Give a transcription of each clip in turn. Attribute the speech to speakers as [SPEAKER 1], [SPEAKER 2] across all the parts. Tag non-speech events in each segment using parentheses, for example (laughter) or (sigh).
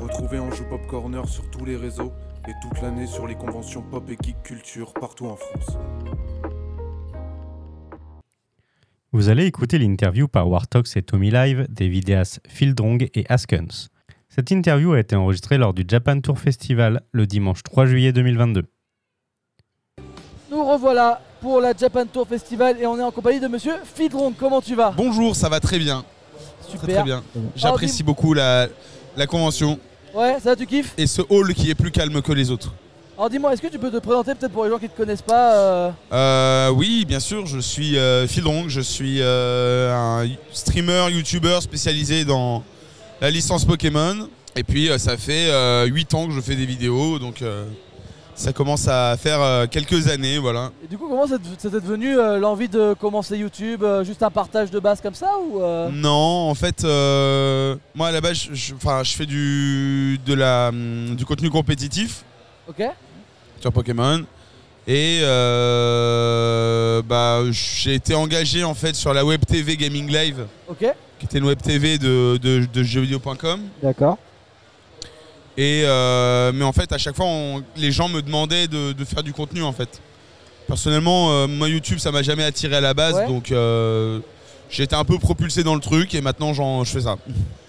[SPEAKER 1] Retrouvez Anjou Pop Corner sur tous les réseaux et toute l'année sur les conventions pop et geek culture partout en France.
[SPEAKER 2] Vous allez écouter l'interview par Wartox et Tommy Live des vidéastes Phil Drong et Askens. Cette interview a été enregistrée lors du Japan Tour Festival le dimanche 3 juillet 2022.
[SPEAKER 3] Nous revoilà pour la Japan Tour Festival et on est en compagnie de monsieur Fidron. Comment tu vas
[SPEAKER 4] Bonjour, ça va très bien.
[SPEAKER 3] Super.
[SPEAKER 4] Très, très bien. J'apprécie beaucoup la, la convention
[SPEAKER 3] Ouais, ça va, tu kiffes
[SPEAKER 4] et ce hall qui est plus calme que les autres.
[SPEAKER 3] Alors dis-moi, est-ce que tu peux te présenter peut-être pour les gens qui ne te connaissent pas euh,
[SPEAKER 4] Euh, oui, bien sûr, je suis euh, Phil Drong, je suis euh, un streamer, youtubeur spécialisé dans la licence Pokémon. Et puis euh, ça fait 8 ans que je fais des vidéos, donc euh, ça commence à faire euh, quelques années, voilà.
[SPEAKER 3] Et du coup, comment ça te- ça t'est devenu euh, l'envie de commencer YouTube euh, Juste un partage de base comme ça ou euh,
[SPEAKER 4] Mm. Non, en fait, euh, moi à la base, je, je- enfin, je fais du, de la, hum, du contenu compétitif
[SPEAKER 3] Ok.
[SPEAKER 4] sur Pokémon. Et euh, bah, j'ai été engagé en fait sur la web TV Gaming Live,
[SPEAKER 3] Ok.
[SPEAKER 4] qui était une web TV de, de, de jeuxvideo.com.
[SPEAKER 3] D'accord.
[SPEAKER 4] Et euh, mais en fait, à chaque fois, on- les gens me demandaient de, de faire du contenu en fait. Personnellement, euh, moi YouTube, ça m'a jamais attiré à la base,
[SPEAKER 3] Ouais.
[SPEAKER 4] donc euh, j'ai été un peu propulsé dans le truc et maintenant j'en- je fais ça.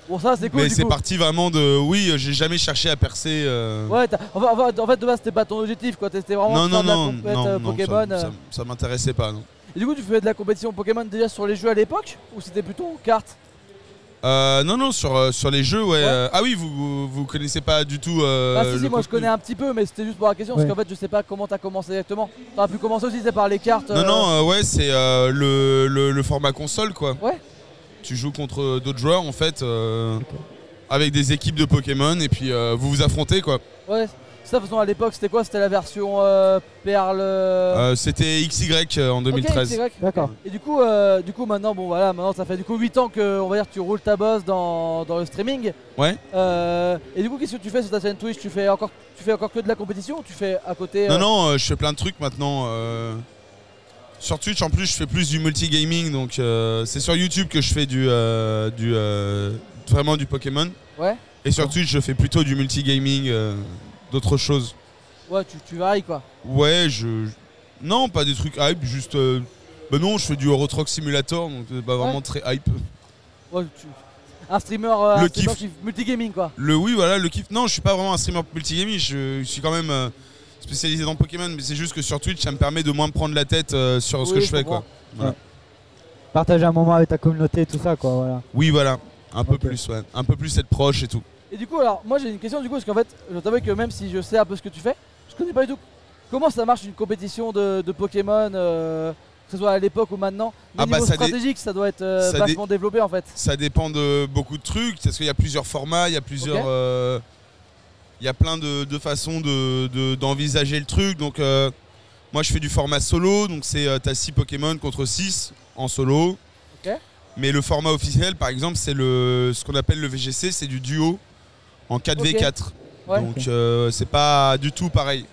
[SPEAKER 3] Bon, ça c'est cool.
[SPEAKER 4] Mais
[SPEAKER 3] du
[SPEAKER 4] c'est
[SPEAKER 3] coup.
[SPEAKER 4] parti vraiment de oui, euh, j'ai jamais cherché à percer. euh,
[SPEAKER 3] Ouais, t'as- en fait- en fait, en fait, de base, c'était pas ton objectif quoi. C'était vraiment
[SPEAKER 4] Non,
[SPEAKER 3] de faire
[SPEAKER 4] non,
[SPEAKER 3] de la
[SPEAKER 4] non,
[SPEAKER 3] compète,
[SPEAKER 4] non,
[SPEAKER 3] euh,
[SPEAKER 4] non, ça-
[SPEAKER 3] Pokémon.
[SPEAKER 4] ça,
[SPEAKER 3] euh.
[SPEAKER 4] ça m'intéressait pas. non.
[SPEAKER 3] Et du coup, tu faisais de la compétition Pokémon déjà sur les jeux à l'époque Ou c'était plutôt en cartes
[SPEAKER 4] Euh, non, non, sur, euh, sur les jeux, ouais.
[SPEAKER 3] Ouais.
[SPEAKER 4] euh, ah oui, vous, vous, vous connaissez pas du tout. euh,
[SPEAKER 3] Ah si,
[SPEAKER 4] le
[SPEAKER 3] si, moi je
[SPEAKER 4] contenu.
[SPEAKER 3] connais un petit peu, mais c'était juste pour la question,
[SPEAKER 5] Ouais.
[SPEAKER 3] parce qu'en fait, je sais pas comment t'as commencé exactement. T'aurais pu commencer aussi, c'est par les cartes.
[SPEAKER 4] Non,
[SPEAKER 3] euh,
[SPEAKER 4] non, euh, ouais, c'est euh, le, le- le format console, quoi.
[SPEAKER 3] Ouais.
[SPEAKER 4] Tu joues contre d'autres joueurs, en fait, euh, avec des équipes de Pokémon, et puis euh, vous vous affrontez, quoi.
[SPEAKER 3] Ouais, ça de toute façon à l'époque c'était quoi C'était la version euh, Perle. euh,
[SPEAKER 4] Euh, C'était XY euh, en
[SPEAKER 3] ok,
[SPEAKER 4] 2013.
[SPEAKER 3] c'est vrai que-
[SPEAKER 5] D'accord.
[SPEAKER 3] Et du coup, euh, du coup maintenant bon voilà, maintenant ça fait du coup 8 ans que on va dire tu roules ta bosse dans, dans le streaming.
[SPEAKER 4] Ouais.
[SPEAKER 3] Euh, et du coup qu'est-ce que tu fais sur ta chaîne Twitch Tu fais encore tu fais encore que de la compétition ou tu fais à côté euh,
[SPEAKER 4] Non, non, euh, je fais plein de trucs maintenant. euh, Sur Twitch, en plus, je fais plus du multigaming, donc euh, c'est sur YouTube que je fais du, euh, du euh, vraiment du Pokémon.
[SPEAKER 3] Ouais.
[SPEAKER 4] Et sur Twitch, je fais plutôt du multigaming, euh, d'autres choses.
[SPEAKER 3] Ouais, tu, tu varies quoi.
[SPEAKER 4] Ouais, je, je- non, pas des trucs hype, juste. euh, bah non, je fais du Euro Truck Simulator, donc c'est pas vraiment
[SPEAKER 3] Ouais.
[SPEAKER 4] très hype.
[SPEAKER 3] Ouais, tu- Un streamer, euh, un
[SPEAKER 4] Le
[SPEAKER 3] streamer
[SPEAKER 4] kiff.
[SPEAKER 3] qui- multigaming quoi.
[SPEAKER 4] Le oui, voilà, le kiff. Non, je suis pas vraiment un streamer multigaming, je, je suis quand même euh, spécialisé dans Pokémon, mais c'est juste que sur Twitch, ça me permet de moins me prendre la tête euh, sur ce
[SPEAKER 3] Oui,
[SPEAKER 4] que je
[SPEAKER 3] je
[SPEAKER 4] fais,
[SPEAKER 3] comprends.
[SPEAKER 4] quoi. Voilà.
[SPEAKER 5] Ouais. Partager un moment avec ta communauté, tout ça, quoi. Voilà.
[SPEAKER 4] Oui, voilà. Un peu
[SPEAKER 5] Ok.
[SPEAKER 4] plus, ouais. Un peu plus être proche et tout.
[SPEAKER 3] Et du coup, alors, moi j'ai une question du coup, parce qu'en fait, je t'avoue que même si je sais un peu ce que tu fais, je connais pas du tout comment ça marche une compétition de, de Pokémon, euh, que ce soit à l'époque ou maintenant. Mais
[SPEAKER 4] Ah bah,
[SPEAKER 3] niveau
[SPEAKER 4] ça dé-
[SPEAKER 3] stratégique, ça doit être euh,
[SPEAKER 4] ça dé-
[SPEAKER 3] vachement développé en fait.
[SPEAKER 4] Ça dépend de beaucoup de trucs, parce qu'il y a plusieurs formats, il y a plusieurs. euh, il y a plein de, de façons de- de- d'envisager le truc. Donc, euh, moi, je fais du format solo, donc c'est euh, t'as 6 Pokémon contre 6 en solo.
[SPEAKER 3] Ok.
[SPEAKER 4] Mais le format officiel, par exemple, c'est le ce qu'on appelle le VGC, c'est du duo en 4v4.
[SPEAKER 3] Ouais.
[SPEAKER 4] Donc, euh, c'est pas du tout pareil.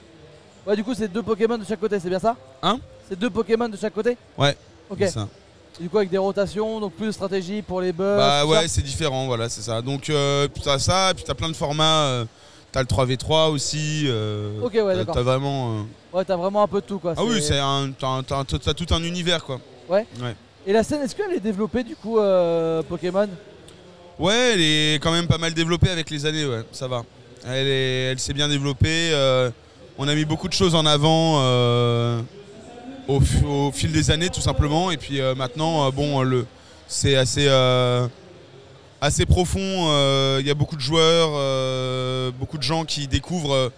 [SPEAKER 3] Ouais, du coup, c'est deux Pokémon de chaque côté, c'est bien ça
[SPEAKER 4] Hein
[SPEAKER 3] C'est deux Pokémon de chaque côté
[SPEAKER 4] Ouais.
[SPEAKER 3] Ok.
[SPEAKER 4] C'est ça.
[SPEAKER 3] Et du coup, avec des rotations, donc plus de stratégie pour les bugs.
[SPEAKER 4] Bah
[SPEAKER 3] tout
[SPEAKER 4] ouais,
[SPEAKER 3] Euh, ça.
[SPEAKER 4] c'est différent, voilà, c'est ça. Donc euh, puis t'as ça, puis t'as plein de formats. euh, t'as le 3v3 aussi. euh,
[SPEAKER 3] Ok, ouais,
[SPEAKER 4] t'as-
[SPEAKER 3] d'accord.
[SPEAKER 4] T'as vraiment. euh,
[SPEAKER 3] Ouais, t'as vraiment un peu de tout quoi.
[SPEAKER 4] Ah oui, c'est un, t'as, un- t'as un- t'as tout un univers quoi.
[SPEAKER 3] Et la scène, est-ce qu'elle est développée du coup, euh, Pokémon
[SPEAKER 4] Ouais, elle est quand même pas mal développée avec les années, ouais, ça va. Elle, est, elle s'est bien développée. euh, on a mis beaucoup de choses en avant euh, au, f- au fil des années, tout simplement. Et puis euh, maintenant, euh, bon, euh, le, c'est assez, euh, assez profond. euh, Il y a beaucoup de joueurs, euh, beaucoup de gens qui découvrent, euh,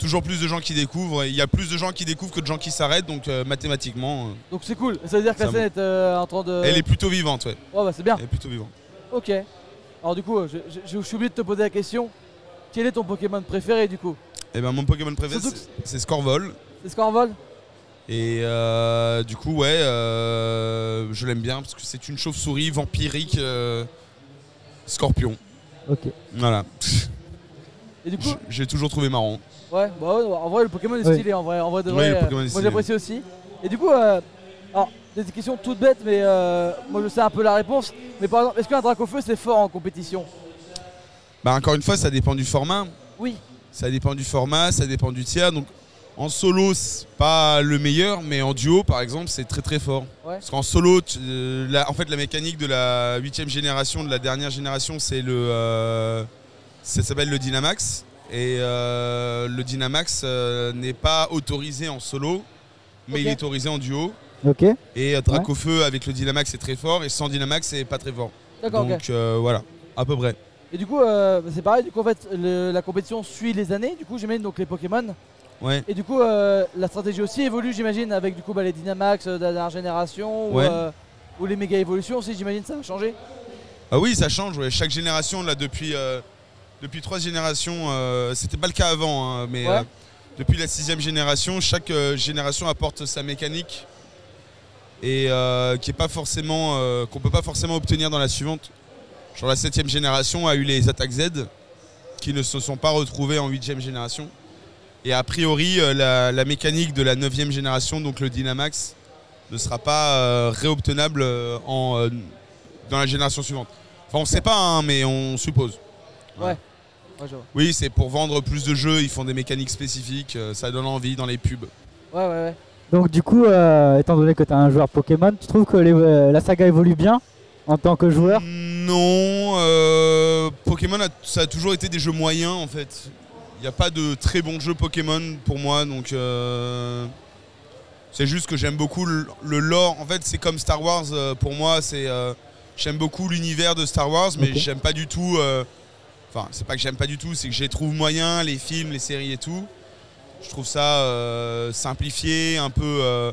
[SPEAKER 4] toujours plus de gens qui découvrent. Et Il y a plus de gens qui découvrent que de gens qui s'arrêtent, donc euh, mathématiquement, euh,
[SPEAKER 3] Donc c'est cool. Ça veut dire que la
[SPEAKER 4] Ça
[SPEAKER 3] scène est euh, en train de.
[SPEAKER 4] elle est plutôt vivante, ouais.
[SPEAKER 3] Ouais, bah c'est bien.
[SPEAKER 4] Elle est plutôt vivante.
[SPEAKER 3] Ok. Alors du coup, euh, je, je, je suis obligé de te poser la question. Quel est ton Pokémon préféré du coup
[SPEAKER 4] Et ben mon Pokémon préféré,
[SPEAKER 3] Surtout que-
[SPEAKER 4] c'est- c'est Scorvol.
[SPEAKER 3] C'est Scorvol
[SPEAKER 4] Et euh, du coup, ouais, euh, je l'aime bien parce que c'est une chauve-souris vampirique euh, scorpion.
[SPEAKER 5] Ok.
[SPEAKER 4] Voilà. (laughs)
[SPEAKER 3] Et du coup,
[SPEAKER 4] J- J'ai toujours trouvé marrant.
[SPEAKER 3] ouais, bah ouais, en vrai le Pokémon est
[SPEAKER 5] Oui.
[SPEAKER 3] stylé, en vrai, en vrai de
[SPEAKER 4] Oui,
[SPEAKER 3] vrai.
[SPEAKER 4] le
[SPEAKER 3] euh,
[SPEAKER 4] Pokémon est
[SPEAKER 3] moi
[SPEAKER 4] stylé.
[SPEAKER 3] j'apprécie aussi. Et du coup, euh, alors, des questions toutes bêtes, mais euh, moi je sais un peu la réponse. Mais par exemple, est-ce qu'un Dracofeu c'est fort en compétition
[SPEAKER 4] Bah, encore une fois, ça dépend du format.
[SPEAKER 3] Oui.
[SPEAKER 4] Ça dépend du format, ça dépend du tiers. Donc en solo, c'est pas le meilleur, mais en duo, par exemple, c'est très très fort.
[SPEAKER 3] Ouais.
[SPEAKER 4] Parce qu'en solo, tu- euh, la- en fait, la mécanique de la huitième génération, de la dernière génération, c'est le, euh, ça s'appelle le Dynamax. Et euh, le Dynamax euh, n'est pas autorisé en solo, mais
[SPEAKER 3] Ok.
[SPEAKER 4] il est autorisé en duo.
[SPEAKER 5] Ok.
[SPEAKER 4] Et euh, Dracofeu avec le Dynamax c'est très fort, et sans Dynamax c'est pas très fort.
[SPEAKER 3] D'accord,
[SPEAKER 4] Donc
[SPEAKER 3] ok.
[SPEAKER 4] euh, voilà, à peu près.
[SPEAKER 3] Et du coup, euh, c'est pareil, du coup, en fait, le- la compétition suit les années, du coup, j'imagine donc les Pokémon.
[SPEAKER 4] Ouais.
[SPEAKER 3] Et du coup, euh, la stratégie aussi évolue, j'imagine, avec du coup bah, les Dynamax euh, de la dernière génération
[SPEAKER 4] Ouais.
[SPEAKER 3] ou, euh, ou les méga évolutions aussi, j'imagine, ça a changé.
[SPEAKER 4] Ah oui, ça change. ouais. Chaque génération, là, depuis, euh, depuis trois générations, euh, c'était pas le cas avant, hein, mais
[SPEAKER 3] Ouais.
[SPEAKER 4] euh, depuis la sixième génération, chaque euh, génération apporte sa mécanique et euh, qui est pas forcément euh, qu'on peut pas forcément obtenir dans la suivante. Genre la septième génération a eu les attaques Z qui ne se sont pas retrouvées en huitième génération. Et a priori, euh, la, la mécanique de la neuvième génération, donc le Dynamax, ne sera pas euh, réobtenable euh, en, euh, dans la génération suivante. Enfin, on sait pas, hein, mais on suppose.
[SPEAKER 3] Ouais, je vois.
[SPEAKER 4] Oui, c'est pour vendre plus de jeux, ils font des mécaniques spécifiques, euh, ça donne envie dans les pubs.
[SPEAKER 3] ouais, ouais. ouais.
[SPEAKER 5] Donc du coup, euh, étant donné que t'es un joueur Pokémon, tu trouves que les- euh, la saga évolue bien en tant que joueur
[SPEAKER 4] Non, euh, Pokémon, a- ça a toujours été des jeux moyens en fait. Il n'y a pas de très bons jeux Pokémon pour moi, donc euh, c'est juste que j'aime beaucoup le, le lore. En fait, c'est comme Star Wars euh, pour moi, c'est euh, j'aime beaucoup l'univers de Star Wars, mais
[SPEAKER 5] Ok.
[SPEAKER 4] j'aime pas du tout. euh, Enfin, c'est pas que j'aime pas du tout, c'est que je les trouve moyens, les films, les séries et tout. Je trouve ça euh, simplifié, un peu euh,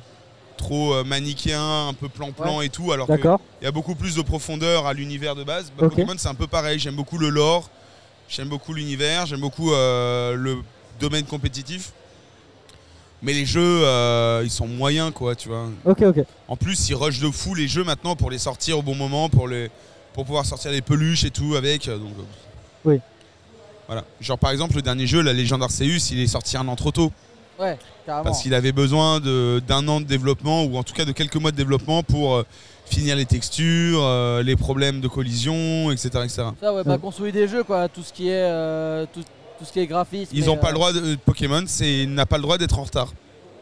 [SPEAKER 4] trop euh, manichéen, un peu plan-plan et tout, alors que
[SPEAKER 5] D'accord.
[SPEAKER 4] il y a beaucoup plus de profondeur à l'univers de base. Bah,
[SPEAKER 5] Ok.
[SPEAKER 4] Pokémon, c'est un peu pareil. J'aime beaucoup le lore, j'aime beaucoup l'univers, j'aime beaucoup euh, le domaine compétitif. Mais les jeux, euh, ils sont moyens, quoi, tu vois.
[SPEAKER 5] Ok, ok.
[SPEAKER 4] En plus, ils rushent de fou les jeux maintenant pour les sortir au bon moment, pour, les, pour pouvoir sortir les peluches et tout avec. euh, Donc, euh,
[SPEAKER 5] Oui.
[SPEAKER 4] Voilà. Genre, par exemple, le dernier jeu, la Légende Arceus, il est sorti un an trop tôt.
[SPEAKER 3] Carrément.
[SPEAKER 4] Parce qu'il avait besoin de- d'un an de développement ou en tout cas de quelques mois de développement pour euh, finir les textures, euh, les problèmes de collision, etc. etc.
[SPEAKER 3] Ça, ouais, bah,
[SPEAKER 5] Ouais.
[SPEAKER 3] consolider des jeux, quoi, tout ce qui est, euh, tout, tout ce qui est graphisme.
[SPEAKER 4] Ils
[SPEAKER 3] et,
[SPEAKER 4] n'ont pas
[SPEAKER 3] euh,
[SPEAKER 4] le droit, de, euh, Pokémon c'est- il n'a pas le droit d'être en retard.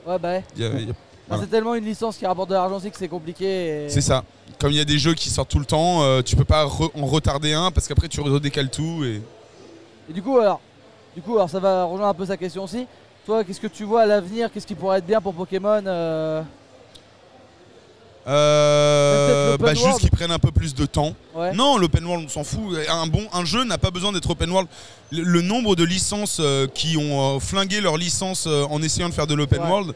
[SPEAKER 3] Ouais, bah, ouais.
[SPEAKER 4] Il y a- il y a-
[SPEAKER 3] Enfin,
[SPEAKER 4] Voilà.
[SPEAKER 3] C'est tellement une licence qui rapporte de l'argent aussi que c'est compliqué. et-
[SPEAKER 4] C'est ça. Comme il y a des jeux qui sortent tout le temps, euh, tu peux pas re- en retarder un parce qu'après tu redécales tout. Et...
[SPEAKER 3] Et du coup, alors, du coup, alors ça va rejoindre un peu sa question aussi. Toi, qu'est-ce que tu vois à l'avenir Qu'est-ce qui pourrait être bien pour Pokémon euh,
[SPEAKER 4] Euh,
[SPEAKER 3] Peut-être l'open
[SPEAKER 4] bah, juste
[SPEAKER 3] world.
[SPEAKER 4] qu'ils prennent un peu plus de temps.
[SPEAKER 3] Ouais.
[SPEAKER 4] Non, l'open world, on s'en fout. Un, bon, un jeu n'a pas besoin d'être open world. Le, le nombre de licences euh, qui ont euh, flingué leur licence euh, en essayant de faire de l'open
[SPEAKER 3] Ouais.
[SPEAKER 4] world,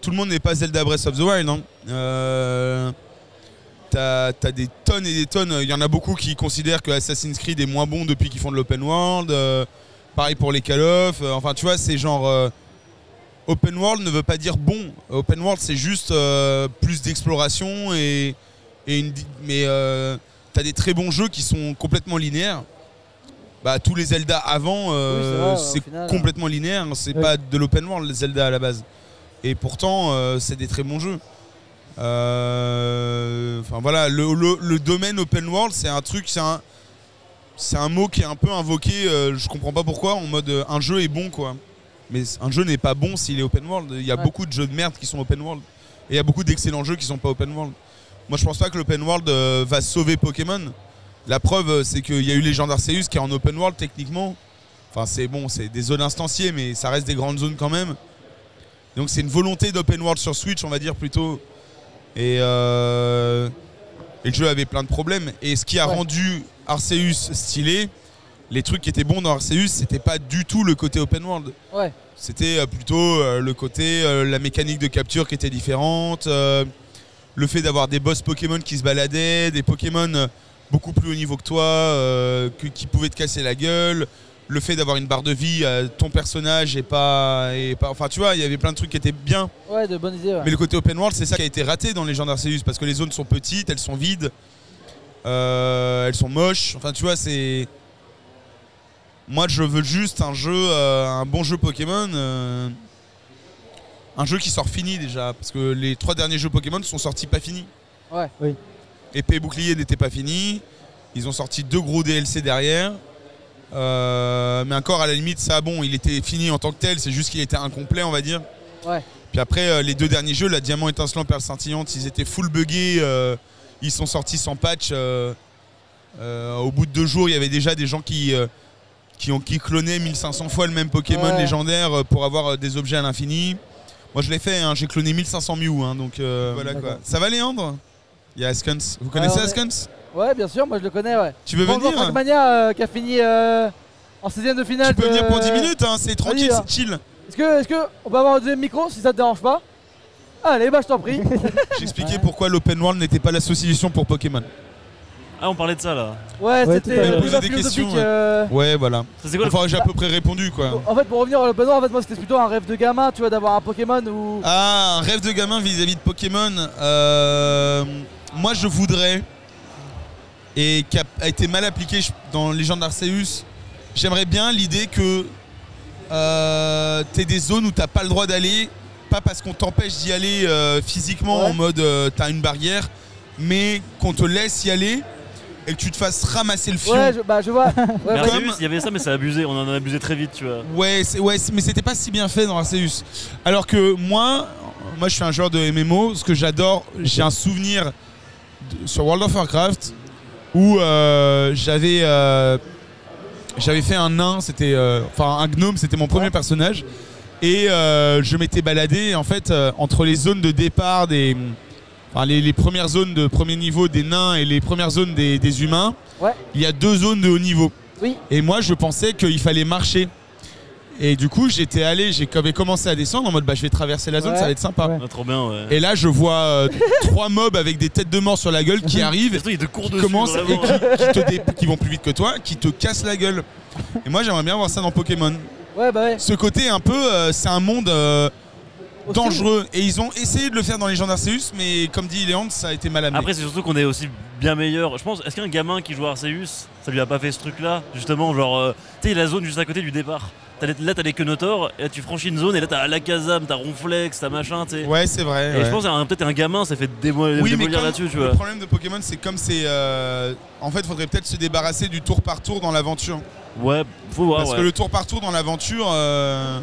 [SPEAKER 4] tout le monde n'est pas Zelda Breath of the Wild. hein. Euh, T'as t'as des tonnes et des tonnes. Il y en a beaucoup qui considèrent que Assassin's Creed est moins bon depuis qu'ils font de l'open world. Euh, pareil pour les Call of. Euh, Enfin, tu vois, c'est genre. euh, Open world ne veut pas dire bon. Open world, c'est juste euh, plus d'exploration et, et une. di- Mais euh, t'as des très bons jeux qui sont complètement linéaires. Bah, tous les Zelda avant, euh,
[SPEAKER 3] Oui, c'est vrai,
[SPEAKER 4] c'est
[SPEAKER 3] au final.
[SPEAKER 4] complètement linéaire. C'est
[SPEAKER 5] Ouais.
[SPEAKER 4] pas de l'open world, les Zelda à la base. Et pourtant, euh, c'est des très bons jeux. Euh, Enfin voilà, le, le- le domaine open world, c'est un truc, c'est un, c'est un mot qui est un peu invoqué. euh, je comprends pas pourquoi. En mode, euh, un jeu est bon quoi. Mais un jeu n'est pas bon s'il est open world. Il y a
[SPEAKER 3] Ouais.
[SPEAKER 4] beaucoup de jeux de merde qui sont open world. Et il y a beaucoup d'excellents jeux qui sont pas open world. Moi, je pense pas que l'open world euh, va sauver Pokémon. La preuve, euh, c'est qu'il y a eu Legend Arceus qui est en open world techniquement. Enfin, c'est bon, c'est des zones instanciées, mais ça reste des grandes zones quand même. Donc, c'est une volonté d'open world sur Switch, on va dire plutôt. Et, euh, et le jeu avait plein de problèmes. Et ce qui a
[SPEAKER 3] Ouais.
[SPEAKER 4] rendu Arceus stylé, les trucs qui étaient bons dans Arceus, c'était pas du tout le côté open world.
[SPEAKER 3] Ouais.
[SPEAKER 4] C'était euh, plutôt euh, le côté, euh, la mécanique de capture qui était différente, euh, le fait d'avoir des boss Pokémon qui se baladaient, des Pokémon euh, beaucoup plus haut niveau que toi, euh, que- qui pouvaient te casser la gueule, le fait d'avoir une barre de vie, euh, ton personnage et pas, et pas. Enfin, tu vois, il y avait plein de trucs qui étaient bien.
[SPEAKER 3] Ouais, de bonnes idées. ouais.
[SPEAKER 4] Mais le côté open world, c'est ça qui a été raté dans Legend Arceus parce que les zones sont petites, elles sont vides, euh, elles sont moches. Enfin, tu vois, c'est. Moi, je veux juste un jeu, euh, un bon jeu Pokémon, euh, un jeu qui sort fini déjà, parce que les trois derniers jeux Pokémon sont sortis pas finis.
[SPEAKER 3] Ouais.
[SPEAKER 5] Oui.
[SPEAKER 4] Épée et bouclier n'était pas fini. Ils ont sorti deux gros DLC derrière. Euh, mais encore, à la limite, ça, bon, il était fini en tant que tel. C'est juste qu'il était incomplet, on va dire.
[SPEAKER 3] Ouais.
[SPEAKER 4] Puis après, euh, les deux derniers jeux, la Diamant étincelant, Perle scintillante, ils étaient full buggés. euh, ils sont sortis sans patch. euh, euh, au bout de deux jours, il y avait déjà des gens qui, euh, qui ont qui clonaient 1500 fois le même Pokémon
[SPEAKER 3] Ouais.
[SPEAKER 4] légendaire euh, pour avoir euh, des objets à l'infini. Moi, je l'ai fait. hein, J'ai cloné 1500 Mew. hein, donc euh, voilà quoi.
[SPEAKER 3] D'accord.
[SPEAKER 4] Ça va, Léandre Il y a Askuns. Vous connaissez
[SPEAKER 3] Ouais, on est-
[SPEAKER 4] Askuns
[SPEAKER 3] Ouais, bien sûr, moi je le connais, ouais.
[SPEAKER 4] Tu veux
[SPEAKER 3] Bon, bon,
[SPEAKER 4] venir
[SPEAKER 3] Trackmania euh, qui a fini euh, en 16 de finale.
[SPEAKER 4] Tu peux
[SPEAKER 3] de-
[SPEAKER 4] venir pour 10 minutes, hein, c'est tranquille,
[SPEAKER 3] là.
[SPEAKER 4] c'est chill.
[SPEAKER 3] Est-ce que, est-ce que on peut avoir un deuxième micro si ça te dérange pas Allez, bah je t'en
[SPEAKER 5] (laughs)
[SPEAKER 3] prie.
[SPEAKER 4] J'expliquais pourquoi l'open world n'était pas la solution pour Pokémon.
[SPEAKER 6] Ah, on parlait de ça là.
[SPEAKER 3] Ouais,
[SPEAKER 5] Ouais, tout à
[SPEAKER 3] c'était
[SPEAKER 5] fait.
[SPEAKER 3] le
[SPEAKER 4] Poser
[SPEAKER 3] débat
[SPEAKER 4] des questions,
[SPEAKER 3] philosophique.
[SPEAKER 4] ouais.
[SPEAKER 3] euh,
[SPEAKER 4] Ouais, voilà.
[SPEAKER 6] Ça, c'est quoi le
[SPEAKER 4] Enfin, j'ai à peu près répondu, quoi.
[SPEAKER 3] En fait, pour revenir à l'open world, en fait, moi c'était plutôt un rêve de gamin, tu vois, d'avoir un Pokémon ou.
[SPEAKER 4] Ah, un rêve de gamin vis-à-vis de Pokémon. Euh, moi, je voudrais, et qui a, a été mal appliqué je- dans Légende d'Arceus, j'aimerais bien l'idée que euh, t'aies des zones où t'as pas le droit d'aller, pas parce qu'on t'empêche d'y aller euh, physiquement
[SPEAKER 3] Ouais.
[SPEAKER 4] en mode euh, t'as une barrière, mais qu'on te laisse y aller et que tu te fasses ramasser le fion.
[SPEAKER 3] Ouais, je, bah je
[SPEAKER 5] (laughs)
[SPEAKER 3] vois. Ouais,
[SPEAKER 6] Mais
[SPEAKER 3] ouais.
[SPEAKER 6] Arceus, il y avait ça, mais ça abusé. On en a abusé très vite, tu vois.
[SPEAKER 4] Ouais, c'est- ouais c'est- mais c'était pas si bien fait dans Arceus. Alors que moi, moi je suis un joueur de MMO, ce que j'adore, j'ai un souvenir de- sur World of Warcraft où euh, j'avais euh, j'avais fait un nain, c'était euh, enfin un gnome, c'était mon premier personnage et euh, je m'étais baladé en fait euh, entre les zones de départ des enfin, les, les premières zones de premier niveau des nains et les premières zones des, des humains.
[SPEAKER 3] Ouais.
[SPEAKER 4] Il y a deux zones de haut niveau.
[SPEAKER 3] Oui.
[SPEAKER 4] Et moi je pensais qu'il fallait marcher. Et du coup, j'étais allé, j'ai j'avais commencé à descendre en mode bah je vais traverser la zone,
[SPEAKER 3] Ouais.
[SPEAKER 4] ça va être sympa.
[SPEAKER 5] Ouais.
[SPEAKER 6] Ah, trop bien, ouais.
[SPEAKER 4] Et là, je vois euh, trois mobs avec des têtes de mort sur la gueule qui arrivent,
[SPEAKER 6] Surtout, il te court
[SPEAKER 4] qui
[SPEAKER 6] dessus.
[SPEAKER 4] commencent et
[SPEAKER 6] vraiment.
[SPEAKER 4] qui, qui te dé- qui vont plus vite que toi, qui te cassent la gueule. Et moi, j'aimerais bien voir ça dans Pokémon.
[SPEAKER 3] Ouais, bah ouais.
[SPEAKER 4] Ce côté un peu, euh, c'est un monde euh,
[SPEAKER 3] Au film.
[SPEAKER 4] dangereux. Et ils ont essayé de le faire dans Légende Arceus, mais comme dit Léandre, ça a été mal amené.
[SPEAKER 6] Après, c'est surtout qu'on est aussi bien meilleur. Je pense, est-ce qu'un gamin qui joue à Arceus, ça lui a pas fait ce truc-là Justement, genre, euh, tu sais, la zone juste à côté du départ. T'as les- là, t'as les Quenotors, et là, tu franchis une zone, et là, t'as Alakazam, t'as Ronflex, t'as machin, tu sais.
[SPEAKER 4] Ouais, c'est vrai.
[SPEAKER 6] Et
[SPEAKER 4] ouais.
[SPEAKER 6] je pense, un- peut-être un gamin, ça fait démo-
[SPEAKER 4] mais
[SPEAKER 6] démolir
[SPEAKER 4] comme
[SPEAKER 6] là-dessus, tu
[SPEAKER 4] le
[SPEAKER 6] vois.
[SPEAKER 4] problème de Pokémon, c'est comme c'est. euh, en fait, faudrait peut-être se débarrasser du tour par tour dans l'aventure.
[SPEAKER 6] Ouais, faut voir.
[SPEAKER 4] Parce
[SPEAKER 6] ouais.
[SPEAKER 4] que le tour par tour dans l'aventure, euh,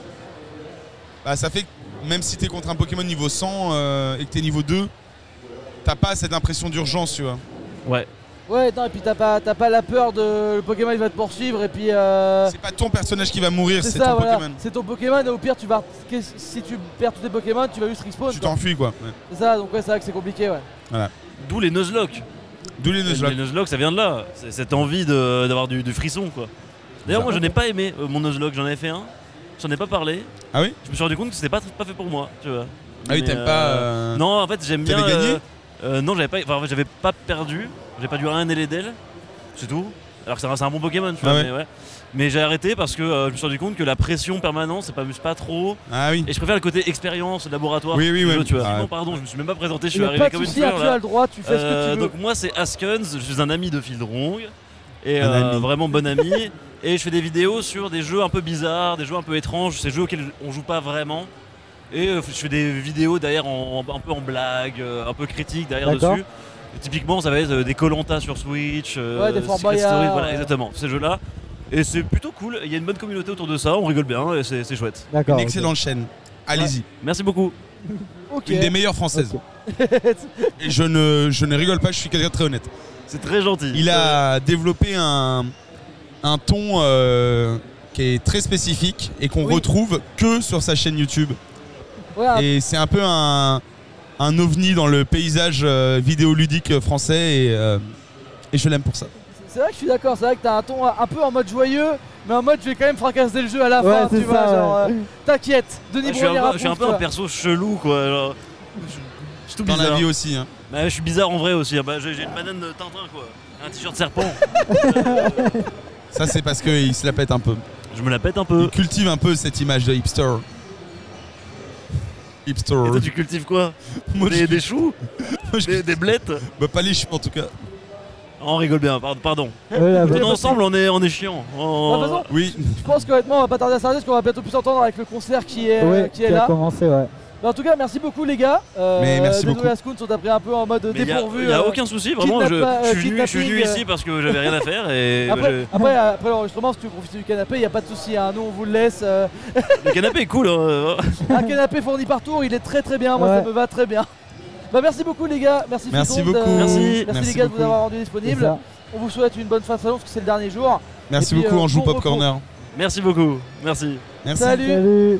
[SPEAKER 4] bah, ça fait que même si t'es contre un Pokémon niveau 100 euh, et que t'es niveau 2, t'as pas cette impression d'urgence, tu vois.
[SPEAKER 6] Ouais.
[SPEAKER 3] Ouais, non, et puis t'as pas, t'as pas la peur de le Pokémon il va te poursuivre et puis. Euh...
[SPEAKER 4] C'est pas ton personnage qui va mourir, c'est
[SPEAKER 3] ça,
[SPEAKER 4] ton
[SPEAKER 3] voilà.
[SPEAKER 4] Pokémon.
[SPEAKER 3] C'est ton Pokémon. Et au pire, tu vas. qu'est-ce- Si tu perds tous tes Pokémon, tu vas juste respawn.
[SPEAKER 4] Tu
[SPEAKER 3] quoi.
[SPEAKER 4] t'enfuis, quoi. Ouais.
[SPEAKER 3] C'est ça, donc ouais, c'est vrai que c'est compliqué, ouais.
[SPEAKER 6] D'où les Nuzlocke.
[SPEAKER 4] D'où les
[SPEAKER 6] Les,
[SPEAKER 4] Nuzlocke.
[SPEAKER 6] les Nuzlocke, ça vient de là. C'est cette envie de- d'avoir du, du frisson, quoi. D'ailleurs, moi, je n'ai pas aimé euh, mon Nuzlocke. J'en avais fait un. J'en ai pas parlé.
[SPEAKER 4] Ah oui
[SPEAKER 6] Je me suis rendu compte que c'était pas, pas fait pour moi, tu vois.
[SPEAKER 4] Ah oui,
[SPEAKER 6] Mais,
[SPEAKER 4] t'aimes
[SPEAKER 6] euh,
[SPEAKER 4] pas. euh,
[SPEAKER 6] Non, en fait, j'aime bien.
[SPEAKER 4] T'avais gagné
[SPEAKER 6] euh, euh, Non, j'avais pas. Enfin, en fait, j'avais pas perdu. J'ai perdu un délai d'elle. C'est tout. Alors que c'est un, c'est un bon Pokémon, tu vois.
[SPEAKER 4] Ah ouais.
[SPEAKER 6] Mais, ouais. Mais j'ai arrêté parce que euh, je me suis rendu compte que la pression permanente, ça m'amuse pas trop.
[SPEAKER 4] Ah oui.
[SPEAKER 6] Et je préfère le côté expérience, laboratoire.
[SPEAKER 4] Oui, oui,
[SPEAKER 6] du
[SPEAKER 4] oui.
[SPEAKER 6] jeu, tu vois.
[SPEAKER 4] Ah ouais.
[SPEAKER 6] Non, pardon, je me suis même pas présenté. Je
[SPEAKER 3] Il
[SPEAKER 6] suis
[SPEAKER 3] y a
[SPEAKER 6] arrivé
[SPEAKER 3] pas de
[SPEAKER 6] comme une
[SPEAKER 3] soucis, hein,
[SPEAKER 6] fleur.
[SPEAKER 3] tu
[SPEAKER 6] là.
[SPEAKER 3] as le droit, tu fais ce que
[SPEAKER 6] Euh,
[SPEAKER 3] tu veux.
[SPEAKER 6] donc moi c'est Askens, je suis un ami de Fildrong et
[SPEAKER 4] Un
[SPEAKER 6] euh,
[SPEAKER 4] ami.
[SPEAKER 6] vraiment bon ami (laughs) et je fais des vidéos sur des jeux un peu bizarres, des jeux un peu étranges, ces jeux auxquels on joue pas vraiment et euh, je fais des vidéos derrière en- en- un peu en blague, euh, un peu critique derrière
[SPEAKER 5] D'accord.
[SPEAKER 6] dessus. Et typiquement ça va être euh, des Colanta sur Switch, euh,
[SPEAKER 3] Ouais, des Fort
[SPEAKER 6] Secret
[SPEAKER 3] Boyard,
[SPEAKER 6] Story, voilà,
[SPEAKER 3] ouais.
[SPEAKER 6] exactement, ces jeux là. Et c'est plutôt cool, il y a une bonne communauté autour de ça, on rigole bien et c'est c'est chouette.
[SPEAKER 5] D'accord.
[SPEAKER 4] Une
[SPEAKER 5] ok.
[SPEAKER 4] excellente chaîne. Allez-y.
[SPEAKER 6] Merci beaucoup.
[SPEAKER 3] Ok.
[SPEAKER 4] Une des meilleures françaises.
[SPEAKER 5] Ok.
[SPEAKER 4] (laughs) Et je ne, je ne rigole pas, je suis quelqu'un de très honnête.
[SPEAKER 6] C'est très gentil.
[SPEAKER 4] Il
[SPEAKER 3] Euh,
[SPEAKER 4] a développé un, un ton euh, qui est très spécifique et qu'on
[SPEAKER 3] Oui.
[SPEAKER 4] retrouve que sur sa chaîne YouTube.
[SPEAKER 3] Ouais, un-
[SPEAKER 4] Et c'est un peu un, un ovni dans le paysage euh, vidéoludique français et, euh, et je l'aime pour ça.
[SPEAKER 3] C'est vrai que je suis d'accord, c'est vrai que t'as un ton un peu en mode joyeux, mais en mode je vais quand même fracasser le jeu à la fin,
[SPEAKER 5] Ouais,
[SPEAKER 3] tu
[SPEAKER 5] c'est
[SPEAKER 3] vois,
[SPEAKER 5] ça.
[SPEAKER 3] genre euh,
[SPEAKER 5] ouais.
[SPEAKER 3] t'inquiète, Denis
[SPEAKER 6] je suis un,
[SPEAKER 3] Brogniart
[SPEAKER 6] peu- je suis un peu un
[SPEAKER 3] approuve,
[SPEAKER 6] perso chelou quoi. genre, je, je suis tout
[SPEAKER 4] Dans la
[SPEAKER 6] bizarre.
[SPEAKER 4] vie aussi. hein.
[SPEAKER 6] Bah, je suis bizarre en vrai aussi. Ah Bah, j'ai j'ai une banane de Tintin, quoi. Un t-shirt serpent. (laughs) Euh,
[SPEAKER 4] Ça c'est parce qu'il se la pète un peu.
[SPEAKER 6] je me la pète un
[SPEAKER 4] Il
[SPEAKER 6] peu.
[SPEAKER 4] cultive un peu cette image de hipster. Hipster.
[SPEAKER 6] Et toi, tu cultives quoi
[SPEAKER 4] Moi,
[SPEAKER 6] des,
[SPEAKER 4] je-
[SPEAKER 6] des choux
[SPEAKER 4] moi, je-
[SPEAKER 6] des, des blettes
[SPEAKER 4] bah, pas les chiens en tout cas.
[SPEAKER 6] On rigole bien, pardon. pardon.
[SPEAKER 3] euh, (laughs)
[SPEAKER 5] Ouais, là,
[SPEAKER 6] Tout
[SPEAKER 5] bah,
[SPEAKER 6] ensemble, on est, on est chiant.
[SPEAKER 3] quoi.
[SPEAKER 6] On-
[SPEAKER 3] Bah, De toute façon,
[SPEAKER 4] Oui.
[SPEAKER 3] je pense qu'honnêtement on va pas tarder à s'arrêter parce qu'on va bientôt plus s'entendre avec le concert qui est,
[SPEAKER 5] ouais,
[SPEAKER 3] qui est
[SPEAKER 5] qui a
[SPEAKER 3] là.
[SPEAKER 5] commencé, ouais.
[SPEAKER 3] Mais en tout cas, merci beaucoup les gars. Euh,
[SPEAKER 4] Mais merci
[SPEAKER 3] désolé,
[SPEAKER 4] beaucoup.
[SPEAKER 3] la Scout sont après un peu en mode
[SPEAKER 6] Mais il n'y a,
[SPEAKER 3] dépourvu.
[SPEAKER 6] y a
[SPEAKER 3] euh,
[SPEAKER 6] aucun souci, vraiment, je,
[SPEAKER 3] kidnappa-
[SPEAKER 6] je suis venu, je suis
[SPEAKER 3] kidnapping,
[SPEAKER 6] venu
[SPEAKER 3] euh.
[SPEAKER 6] ici parce que j'avais rien à faire et bah,
[SPEAKER 3] Après,
[SPEAKER 6] je-
[SPEAKER 3] après, après l'enregistrement, si tu veux profiter du canapé, il n'y a pas de souci. Hein. Nous, on vous le laisse. euh,
[SPEAKER 6] le canapé est cool. hein. (laughs)
[SPEAKER 3] un canapé fourni par tour, il est très très bien. Moi,
[SPEAKER 5] Ouais.
[SPEAKER 3] ça me va très bien. Bah, merci beaucoup, les gars. Merci,
[SPEAKER 4] Merci
[SPEAKER 3] Fitoun,
[SPEAKER 4] beaucoup.
[SPEAKER 6] Merci.
[SPEAKER 3] Merci,
[SPEAKER 4] Merci
[SPEAKER 3] les gars de
[SPEAKER 4] beaucoup.
[SPEAKER 3] vous avoir rendu
[SPEAKER 5] C'est
[SPEAKER 3] disponible.
[SPEAKER 5] ça.
[SPEAKER 3] On vous souhaite une bonne fin de salon parce que c'est le dernier jour.
[SPEAKER 4] Merci
[SPEAKER 3] Et puis,
[SPEAKER 4] beaucoup,
[SPEAKER 3] euh,
[SPEAKER 4] on joue
[SPEAKER 3] bon
[SPEAKER 4] Pop Corner.
[SPEAKER 6] Merci beaucoup, merci.
[SPEAKER 4] Merci.
[SPEAKER 3] Salut.
[SPEAKER 5] Salut.